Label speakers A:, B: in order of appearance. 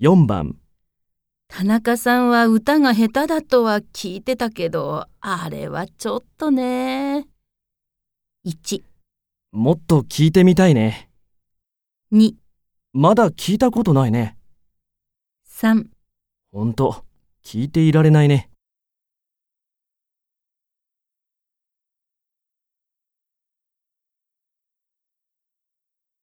A: 4番、
B: 田中さんは歌が下手だとは聞いてたけど、あれはちょっとね。1、
A: もっと聞いてみたいね。
B: 2、
A: まだ聞いたことないね。
B: 3。
A: ほんと、聞いていられないね。